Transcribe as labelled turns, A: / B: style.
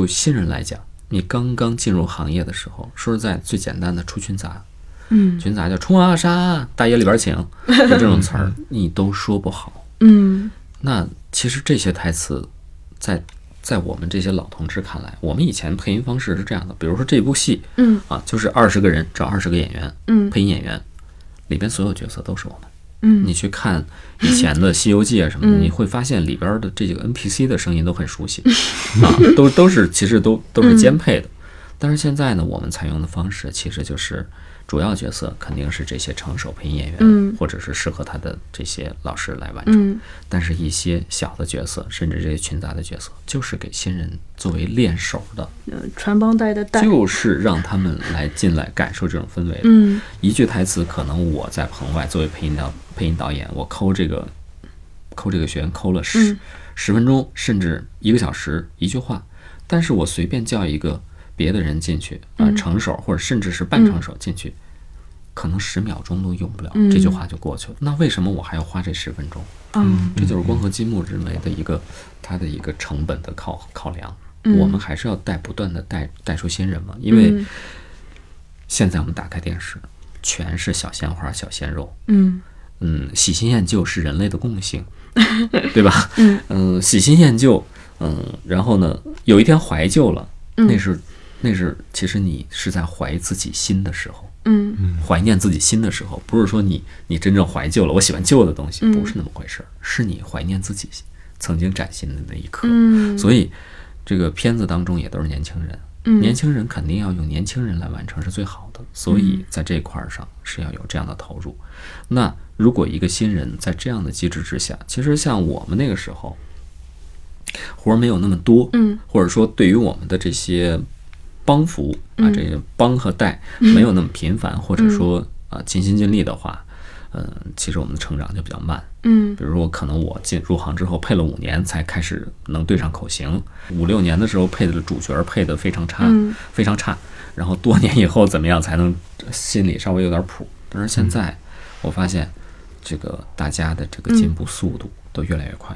A: 就新人来讲，你刚刚进入行业的时候，说实在，最简单的出群杂，
B: 嗯
A: 群杂叫“冲啊杀，大爷里边请”，就这种词儿，你都说不好。
B: 嗯
A: 那其实这些台词，在在我们这些老同志看来，我们以前配音方式是这样的，比如说这部戏
B: 嗯
A: 啊，就是二十个人找二十个演员，
B: 嗯
A: 配音演员里边所有角色都是我们。
B: 嗯
A: 你去看以前的《西游记》啊什么的，
B: 嗯
A: 你会发现里边的这几个 NPC 的声音都很熟悉，啊，都都是其实都都
B: 嗯
A: 是兼配的。但是现在呢，我们采用的方式其实就是主要角色肯定是这些成熟配音演员，
B: 嗯
A: 或者是适合他的这些老师来完成。
B: 嗯
A: 但是，一些小的角色，甚至这些群杂的角色，就是给新人作为练手的，
B: 呃传帮带的带，
A: 就是让他们来进来感受这种氛围的。
B: 嗯
A: 一句台词，可能我在棚外作为配音导配音导演，我抠这个抠这个学员抠了十、
B: 嗯
A: 十分钟，甚至一个小时一句话，但是我随便叫一个别的人进去啊、呃成手或者甚至是半成手进去，可能十秒钟都用不了，这句话就过去了。那为什么我还要花这十分钟？
B: 嗯
A: 这就是光合积木认为的一个它的一个成本的考考量。
B: 嗯
A: 我们还是要带不断的带带出新人嘛，因为
B: 嗯
A: 现在我们打开电视，全是小鲜花、小鲜肉。
B: 嗯
A: 嗯，喜新厌旧是人类的共 性，对吧？嗯喜新厌旧，嗯，然后呢，有一天怀旧了，
B: 嗯
A: 那是那是其实你是在怀自己新的时候。
B: 嗯
A: 怀念自己新的时候，不是说你你真正怀旧了，我喜欢旧的东
B: 嗯
A: 西，不是那么回事儿，是你怀念自己曾经崭新的那一刻。
B: 嗯
A: 所以，这个片子当中也都是年轻人，
B: 嗯
A: 年轻人肯定要用年轻人来完成是最好的，所以在这一块儿上是要有这样的投入。那如果一个新人在这样的机制之下，其实像我们那个时候，活儿没有那么多，
B: 嗯，
A: 或者说对于我们的这些帮扶啊，
B: 嗯
A: 这个帮和带没有那么频繁，或者说啊尽心尽力的话，嗯、其实我们的成长就比较慢。
B: 嗯
A: 比如说，可能我进入行之后配了五年才开始能对上口型，五六年的时候配的主角配的非常差，
B: 嗯
A: 非常差。然后多年以后怎么样才能心里稍微有点谱？但是
B: 嗯
A: 现在我发现，这个大家的这个进步速度都越来越快。